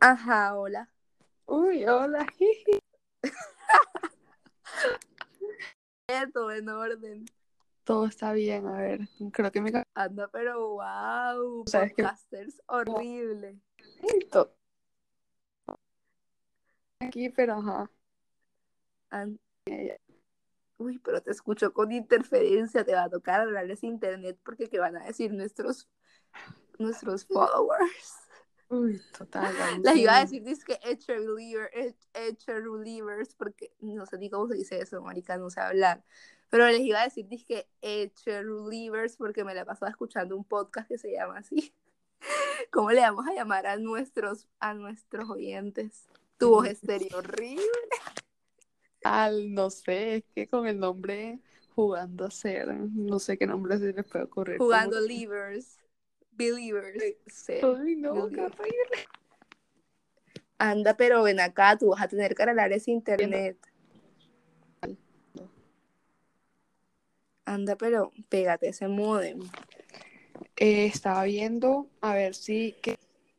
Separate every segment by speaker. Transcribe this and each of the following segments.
Speaker 1: Ajá, hola.
Speaker 2: Uy, hola.
Speaker 1: Esto en orden.
Speaker 2: Todo está bien, a ver. Creo que me ca-
Speaker 1: Anda, pero wow.
Speaker 2: ¿Sabes qué?
Speaker 1: Podcasters horrible.
Speaker 2: to- Aquí, pero ajá.
Speaker 1: An-
Speaker 2: Eh,
Speaker 1: Uy, pero te escucho con interferencia. Te va a tocar hablarles a internet porque qué van a decir nuestros nuestros followers.
Speaker 2: Uy, total. vamos
Speaker 1: Les iba a
Speaker 2: bien.
Speaker 1: decir que Echer Reliever, Echer Relievers, porque no sé ni cómo se dice eso, marica, no sé hablar. Pero les iba a decir que Echer Relievers porque me la pasaba escuchando un podcast que se llama así. ¿Cómo le vamos a llamar a nuestros, a nuestros oyentes? Tu voz estéreo horrible.
Speaker 2: Al, no sé, es que con el nombre jugando a ser, no sé qué nombre se les puede ocurrir. como-
Speaker 1: Jugando Livers, Believers. Sí.
Speaker 2: Ay, no,
Speaker 1: Dios
Speaker 2: qué
Speaker 1: mío.
Speaker 2: horrible.
Speaker 1: Anda, pero ven acá, tú vas a tener que arreglar ese internet. Anda, pero pégate ese modem.
Speaker 2: Eh, estaba viendo a ver si que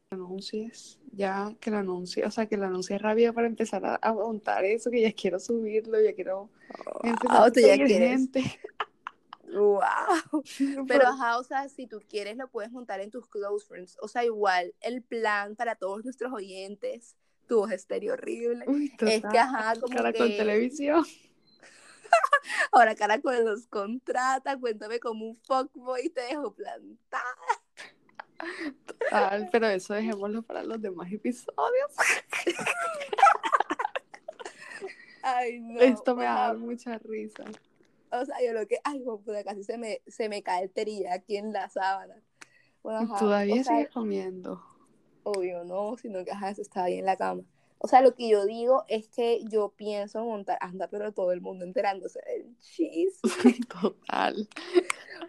Speaker 2: anuncies, ya que lo anuncie, o sea, que lo anuncie rápido para empezar a, a montar eso, que ya quiero subirlo, ya quiero
Speaker 1: Oh,
Speaker 2: empezar
Speaker 1: Wow,
Speaker 2: a
Speaker 1: tú ah, ya
Speaker 2: conseguir
Speaker 1: quieres.
Speaker 2: gente.
Speaker 1: Wow. Pero
Speaker 2: Pero-
Speaker 1: ajá, o sea, si tú quieres lo puedes montar en tus close friends. O sea, igual el plan para todos nuestros oyentes, tu voz estéreo horrible.
Speaker 2: Uy,
Speaker 1: Es que
Speaker 2: total,
Speaker 1: ajá, como
Speaker 2: cara
Speaker 1: que
Speaker 2: con televisión.
Speaker 1: ahora Caracol los contrata, cuéntame como un fuckboy te dejo plantada.
Speaker 2: Total, pero eso dejémoslo para los demás episodios.
Speaker 1: Ay, no.
Speaker 2: Esto me
Speaker 1: o
Speaker 2: va a
Speaker 1: sea,
Speaker 2: dar mucha risa.
Speaker 1: O sea, yo lo que, ay, hijo de puta, casi se me, se me cae el teriyaki aquí en la sábana. Bueno, ajá,
Speaker 2: Todavía
Speaker 1: o sea,
Speaker 2: sigues comiendo.
Speaker 1: obvio no, sino que ajá, eso estaba ahí en la cama. O sea, lo que yo digo es que yo pienso montar, anda, pero todo el mundo enterándose del chisme.
Speaker 2: Total.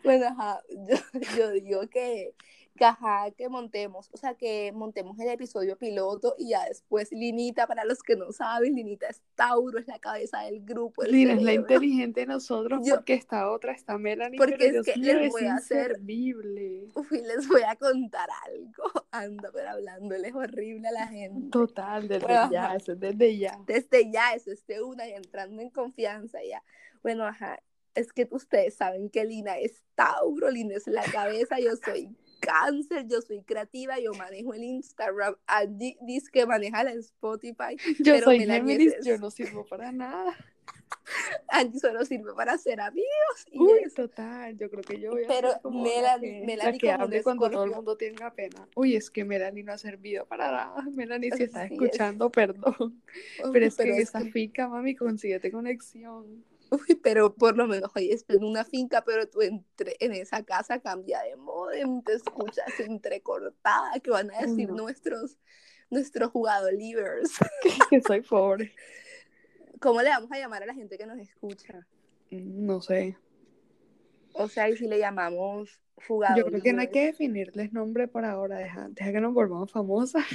Speaker 1: Bueno, ajá, yo, yo digo que, que ajá, que montemos, o sea, que montemos el episodio piloto y ya después Linita, para los que no saben, Linita es Tauro, es la cabeza del grupo, el
Speaker 2: Lina es la
Speaker 1: cerebro.
Speaker 2: inteligente de nosotros
Speaker 1: Pues Yo-
Speaker 2: porque esta otra, está Melanie,
Speaker 1: Porque
Speaker 2: pero
Speaker 1: es
Speaker 2: Dios
Speaker 1: que
Speaker 2: mío,
Speaker 1: les
Speaker 2: es
Speaker 1: voy a hacer-
Speaker 2: inservible.
Speaker 1: Uy, les voy a contar algo. Anda, pero hablándoles horrible a la gente.
Speaker 2: Total, desde
Speaker 1: Bueno,
Speaker 2: ya,
Speaker 1: ajá.
Speaker 2: eso es desde ya.
Speaker 1: Desde ya, eso es de una y entrando en confianza ya. Bueno, ajá. Es que ustedes saben que Lina es Tauro, Lina es la cabeza, yo soy cáncer, yo soy creativa, yo manejo el Instagram, Angie dice que maneja la Spotify,
Speaker 2: Yo
Speaker 1: Pero
Speaker 2: soy
Speaker 1: Melanie es
Speaker 2: Géminis,
Speaker 1: eso.
Speaker 2: yo no sirvo para nada.
Speaker 1: Angie solo sirve para ser amigos y
Speaker 2: Uy,
Speaker 1: eso.
Speaker 2: total, yo creo que yo voy a
Speaker 1: Pero
Speaker 2: ser como la
Speaker 1: Melanie-
Speaker 2: que,
Speaker 1: Melanie
Speaker 2: la que
Speaker 1: como un
Speaker 2: hable cuando todo el
Speaker 1: escorpio.
Speaker 2: mundo tenga pena. Uy, es que Melanie no ha servido para nada. Melanie, si estás
Speaker 1: Así es.
Speaker 2: escuchando, perdón.
Speaker 1: Uy,
Speaker 2: Pero es que
Speaker 1: pero
Speaker 2: en
Speaker 1: es
Speaker 2: esa
Speaker 1: que-
Speaker 2: finca, mami, consíguete conexión.
Speaker 1: Uy, pero por lo menos hoy estoy en una finca, pero tú entre, en esa casa cambia de modem, te escuchas entrecortada, que van a
Speaker 2: Uy,
Speaker 1: decir
Speaker 2: no.
Speaker 1: nuestros, nuestros jugadores.
Speaker 2: que soy pobre.
Speaker 1: ¿Cómo le vamos a llamar a la gente que nos escucha?
Speaker 2: Mm, No sé.
Speaker 1: O sea, y si le llamamos
Speaker 2: Yo
Speaker 1: jugadores.
Speaker 2: creo que no hay que definirles nombre por ahora. Deja, deja que nos volvamos famosas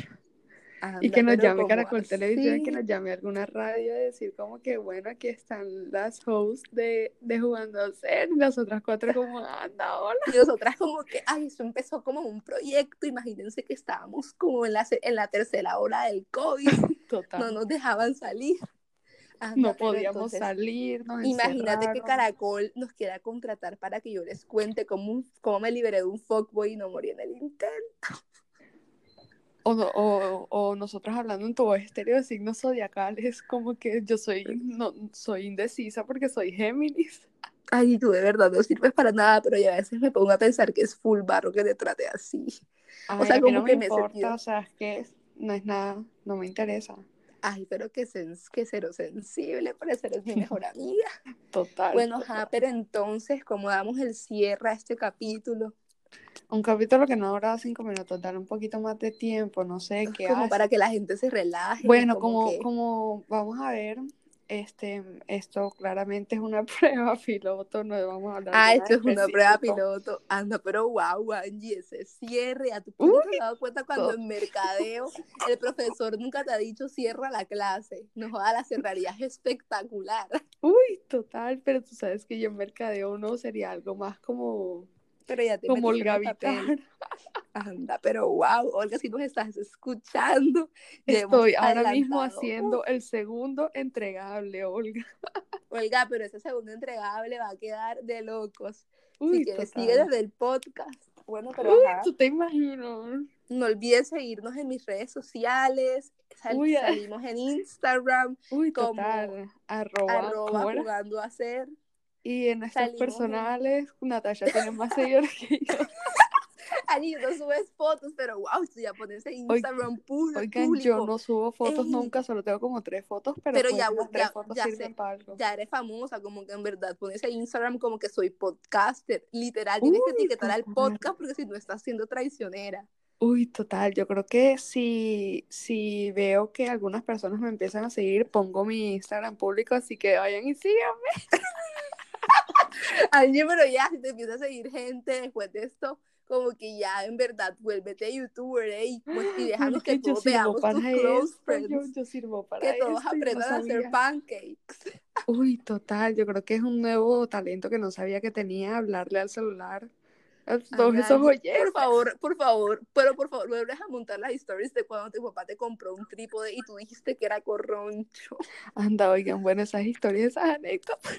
Speaker 2: y
Speaker 1: Anda,
Speaker 2: que nos
Speaker 1: pero
Speaker 2: llame
Speaker 1: ¿cómo
Speaker 2: Caracol Televisión,
Speaker 1: así?
Speaker 2: que nos llame alguna radio y decir como que bueno, aquí están las hosts de, de Jugando a Ser y las otras cuatro como anda, hola.
Speaker 1: Y nosotras como que, ay, eso empezó como un proyecto, imagínense que estábamos como en la, se- en la tercera hora del COVID,
Speaker 2: Total.
Speaker 1: no
Speaker 2: No,
Speaker 1: nos dejaban salir. Anda, pero
Speaker 2: podíamos
Speaker 1: entonces-
Speaker 2: salir, nos
Speaker 1: Imagínate que
Speaker 2: encerraron.
Speaker 1: Caracol nos quiera contratar para que yo les cuente cómo, un- cómo me liberé de un fuckboy y no morí en el intento.
Speaker 2: O, no- o, o nosotros hablando en tu voz estéreo de signos zodiacales, como que yo soy, no, soy indecisa porque soy Géminis.
Speaker 1: Ay, tú de verdad no sirves para nada, pero yo a veces me pongo a pensar que es full barro que te trate así.
Speaker 2: Ay,
Speaker 1: sea,
Speaker 2: a mí
Speaker 1: como
Speaker 2: no
Speaker 1: que
Speaker 2: me
Speaker 1: me he
Speaker 2: importa,
Speaker 1: sentido-
Speaker 2: o sea, es que no es nada, no me interesa.
Speaker 1: Ay, pero que, sens que cero sensible, por eso eres mi mejor amiga.
Speaker 2: Total.
Speaker 1: Bueno, ajá, pero entonces, como damos el cierre a este capítulo?
Speaker 2: Un capítulo que no duraba cinco minutos, dar un poquito más de tiempo, no sé qué
Speaker 1: Como
Speaker 2: hace.
Speaker 1: para que la gente se relaje.
Speaker 2: Bueno, como,
Speaker 1: que-
Speaker 2: como vamos a ver, este, esto claramente es una prueba piloto, no vamos a hablar de
Speaker 1: Ah,
Speaker 2: nada
Speaker 1: esto es una prueba
Speaker 2: específico.
Speaker 1: piloto. Anda, pero wow, Angie, ese cierre. A tu no te has dado cuenta cuando
Speaker 2: todo.
Speaker 1: en mercadeo el profesor nunca te ha dicho cierra la clase. No joda, la cerrarías espectacular.
Speaker 2: Uy, total, pero tú sabes que yo en mercadeo uno sería algo más como
Speaker 1: Pero ya te
Speaker 2: Como
Speaker 1: metiste
Speaker 2: Olga
Speaker 1: en el papel. Anda, pero wow, Olga, si nos estás escuchando. ya hemos
Speaker 2: Estoy ahora mismo
Speaker 1: adelantado.
Speaker 2: haciendo el segundo entregable, Olga.
Speaker 1: Olga, pero ese segundo entregable va a quedar de locos. si
Speaker 2: Uy,
Speaker 1: quieres,
Speaker 2: total.
Speaker 1: sigue desde el podcast. Bueno, pero
Speaker 2: Uy,
Speaker 1: ajá.
Speaker 2: tú te imaginas.
Speaker 1: no olvides seguirnos en mis redes sociales. Sal-
Speaker 2: Uy, ah.
Speaker 1: salimos en Instagram,
Speaker 2: Uy,
Speaker 1: Como
Speaker 2: total. Arroba.
Speaker 1: arroba
Speaker 2: ¿cómo era?
Speaker 1: jugando a ser.
Speaker 2: Y en nuestros
Speaker 1: salimos en-
Speaker 2: personales, Natasha tiene más seguidores que yo.
Speaker 1: Ani, no subes fotos, pero wow, si ya pones en
Speaker 2: Oig-
Speaker 1: Instagram puro,
Speaker 2: Oigan,
Speaker 1: público.
Speaker 2: yo no subo fotos
Speaker 1: Ey.
Speaker 2: nunca, solo tengo como tres fotos, pero,
Speaker 1: Pero
Speaker 2: pues
Speaker 1: ya,
Speaker 2: las
Speaker 1: ya-
Speaker 2: tres fotos
Speaker 1: ya
Speaker 2: sirven
Speaker 1: sé.
Speaker 2: para algo.
Speaker 1: Ya eres famosa, como que en verdad pones en Instagram como que soy podcaster. Literal, tienes que etiquetar al
Speaker 2: total.
Speaker 1: podcast porque si no estás siendo traicionera.
Speaker 2: Uy, total, yo creo que si, si veo que algunas personas me empiezan a seguir, pongo mi Instagram público, así que vayan y síganme.
Speaker 1: Ani, pero ya, si te empieza a seguir gente después de esto, como que ya en verdad vuélvete youtuber, ¿eh? Y, pues, y déjanos
Speaker 2: Marica,
Speaker 1: que
Speaker 2: yo
Speaker 1: todos
Speaker 2: sirvo
Speaker 1: veamos
Speaker 2: para
Speaker 1: tus close
Speaker 2: esto, yo,
Speaker 1: friends.
Speaker 2: yo sirvo para
Speaker 1: que todos
Speaker 2: esto y este, no
Speaker 1: aprendan a hacer
Speaker 2: sabía.
Speaker 1: pancakes.
Speaker 2: Uy, total, yo creo que es un nuevo talento que no sabía que tenía, hablarle al celular, a todos
Speaker 1: Ana,
Speaker 2: esos
Speaker 1: Ani,
Speaker 2: oyeros.
Speaker 1: Por favor, por favor, pero por favor, vuelves a montar las stories de cuando tu papá te compró un trípode y tú dijiste que era corroncho.
Speaker 2: Anda, oigan, bueno, esas historias, esas anécdotas.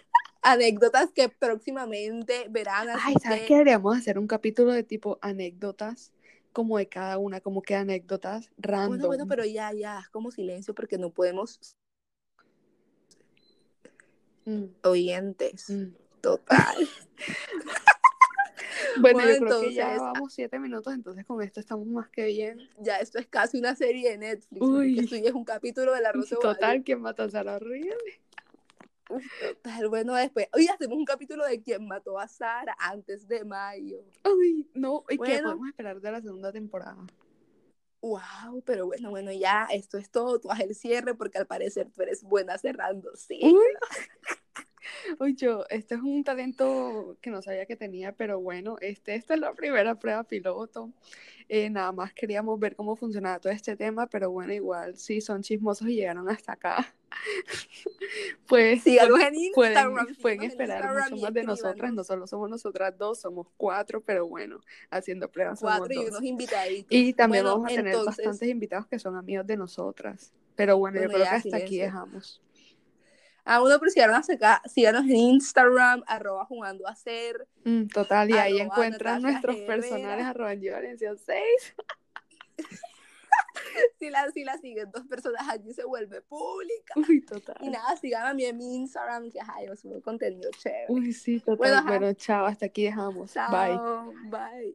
Speaker 1: Anécdotas que próximamente verán. así
Speaker 2: Ay, ¿sabes qué? Deberíamos hacer un capítulo de tipo anécdotas, como de cada una, como que anécdotas random.
Speaker 1: Bueno, bueno, pero ya, ya, haz como silencio porque no podemos
Speaker 2: Mm,
Speaker 1: oyentes.
Speaker 2: mm.
Speaker 1: Total.
Speaker 2: Bueno, ah,
Speaker 1: Bueno,
Speaker 2: yo creo que ya
Speaker 1: entonces-
Speaker 2: vamos siete minutos, entonces con esto estamos más que bien.
Speaker 1: Ya esto es casi una serie de Netflix.
Speaker 2: Uy.
Speaker 1: porque Esto ya es un capítulo de la Rosa de
Speaker 2: Total, ¿quién mata a Sara Riel?
Speaker 1: Guadalupe. Total, bueno, después. Hoy hacemos un capítulo de quién mató a Sara antes de mayo.
Speaker 2: Uy, no, ¿y qué
Speaker 1: Bueno.
Speaker 2: podemos esperar de la segunda temporada?
Speaker 1: Wow, pero bueno, bueno, ya, esto es todo, tú haz el cierre porque al parecer tú eres buena cerrando, sí.
Speaker 2: Uy, uy, yo, este es un talento que no sabía que tenía, pero bueno, este, esta es la primera prueba piloto. Eh, nada más queríamos ver cómo funcionaba todo este tema, pero bueno, igual, si son chismosos y llegaron hasta acá, pues
Speaker 1: Síganos en Instagram.
Speaker 2: pueden,
Speaker 1: síganos
Speaker 2: pueden
Speaker 1: en
Speaker 2: esperar
Speaker 1: Instagram
Speaker 2: mucho
Speaker 1: y
Speaker 2: más de nosotras, no
Speaker 1: escríbanos.
Speaker 2: solo somos nosotras dos, somos cuatro, pero bueno, haciendo pruebas somos
Speaker 1: Cuatro y
Speaker 2: dos.
Speaker 1: unos invitaditos.
Speaker 2: Y también
Speaker 1: Bueno,
Speaker 2: vamos a tener
Speaker 1: entonces-
Speaker 2: bastantes invitados que son amigos de nosotras. Pero bueno,
Speaker 1: Bueno,
Speaker 2: yo creo
Speaker 1: ya,
Speaker 2: que hasta aquí
Speaker 1: silencio.
Speaker 2: dejamos.
Speaker 1: A uno, pero si llegaron hasta acá, síganos en Instagram, arroba jugando a ser.
Speaker 2: Mm, total, y ahí
Speaker 1: Arroba
Speaker 2: encuentran
Speaker 1: Natasha
Speaker 2: nuestros
Speaker 1: Herrera.
Speaker 2: personales arroba Angie Valencia 6.
Speaker 1: Si la, si la siguen dos personas allí se vuelve pública.
Speaker 2: Uy, total.
Speaker 1: Y nada, síganme a mí en mi Instagram, que ajá, yo subo contenido chévere.
Speaker 2: Uy, sí, total.
Speaker 1: Bueno, ajá.
Speaker 2: Bueno, chao, hasta aquí dejamos. Bye.
Speaker 1: Chao, bye.